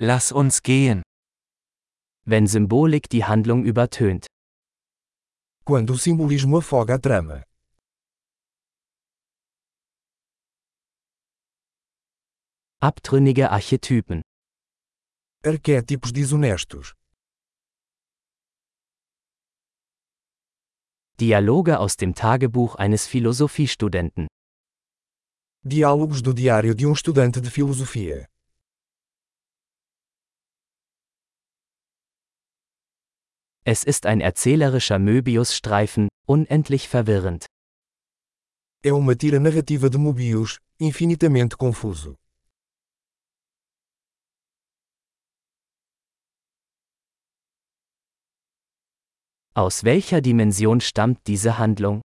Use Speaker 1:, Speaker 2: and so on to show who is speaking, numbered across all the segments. Speaker 1: Lass uns gehen.
Speaker 2: Wenn Symbolik die Handlung übertönt.
Speaker 3: Quando o simbolismo afoga a trama.
Speaker 2: Abtrünnige Archetypen.
Speaker 3: Arquétipos desonestos.
Speaker 2: Dialoge aus dem Tagebuch eines Philosophiestudenten.
Speaker 3: Diálogos do diário de um estudante de filosofia.
Speaker 2: Es ist ein erzählerischer Möbius-Streifen, unendlich verwirrend.
Speaker 3: É uma tira narrativa de Mobius, infinitamente confuso.
Speaker 2: Aus welcher Dimension stammt diese Handlung?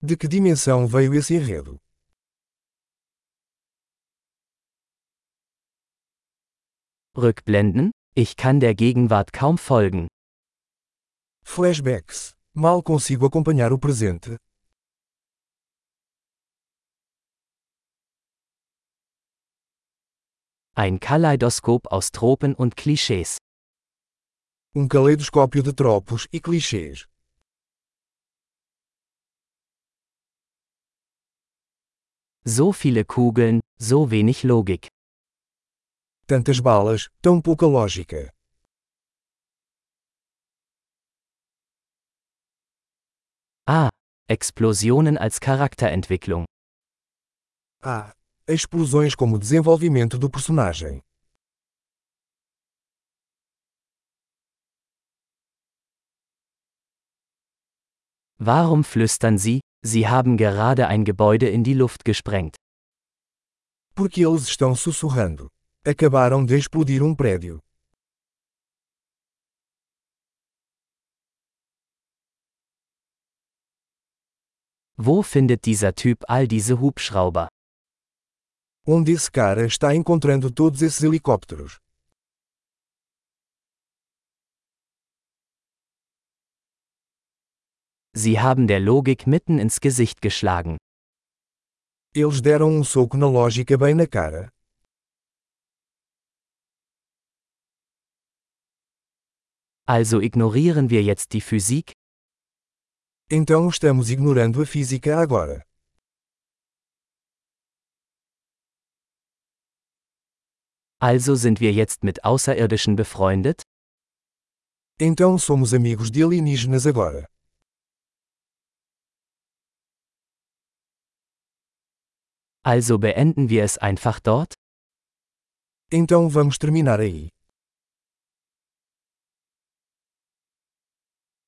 Speaker 3: De que dimensão veio esse enredo?
Speaker 2: Rückblenden? Ich kann der Gegenwart kaum folgen.
Speaker 3: Flashbacks. Mal consigo acompanhar o presente.
Speaker 2: Ein Kaleidoskop aus Tropen und Klischees.
Speaker 3: Um caleidoscópio de tropos e clichês.
Speaker 2: So viele Kugeln, so wenig Logik.
Speaker 3: Tantas balas, tão pouca lógica.
Speaker 2: Ah, Explosionen als Charakterentwicklung.
Speaker 3: Ah, explosões como desenvolvimento do personagem.
Speaker 2: Warum flüstern Sie, Sie haben gerade ein Gebäude in die Luft gesprengt?
Speaker 3: Porque eles estão sussurrando. Acabaram de explodir um prédio.
Speaker 2: Wo findet dieser Typ all diese Hubschrauber?
Speaker 3: Onde esse cara está encontrando todos esses helicópteros?
Speaker 2: Sie haben der Logik mitten ins Gesicht geschlagen.
Speaker 3: Eles deram um soco na lógica bem na cara.
Speaker 2: Also ignorieren wir jetzt die Physik?
Speaker 3: Então estamos ignorando a física agora.
Speaker 2: Also sind wir jetzt mit Außerirdischen befreundet?
Speaker 3: Então somos amigos de alienígenas agora.
Speaker 2: Also beenden wir es einfach dort?
Speaker 3: Então vamos terminar aí.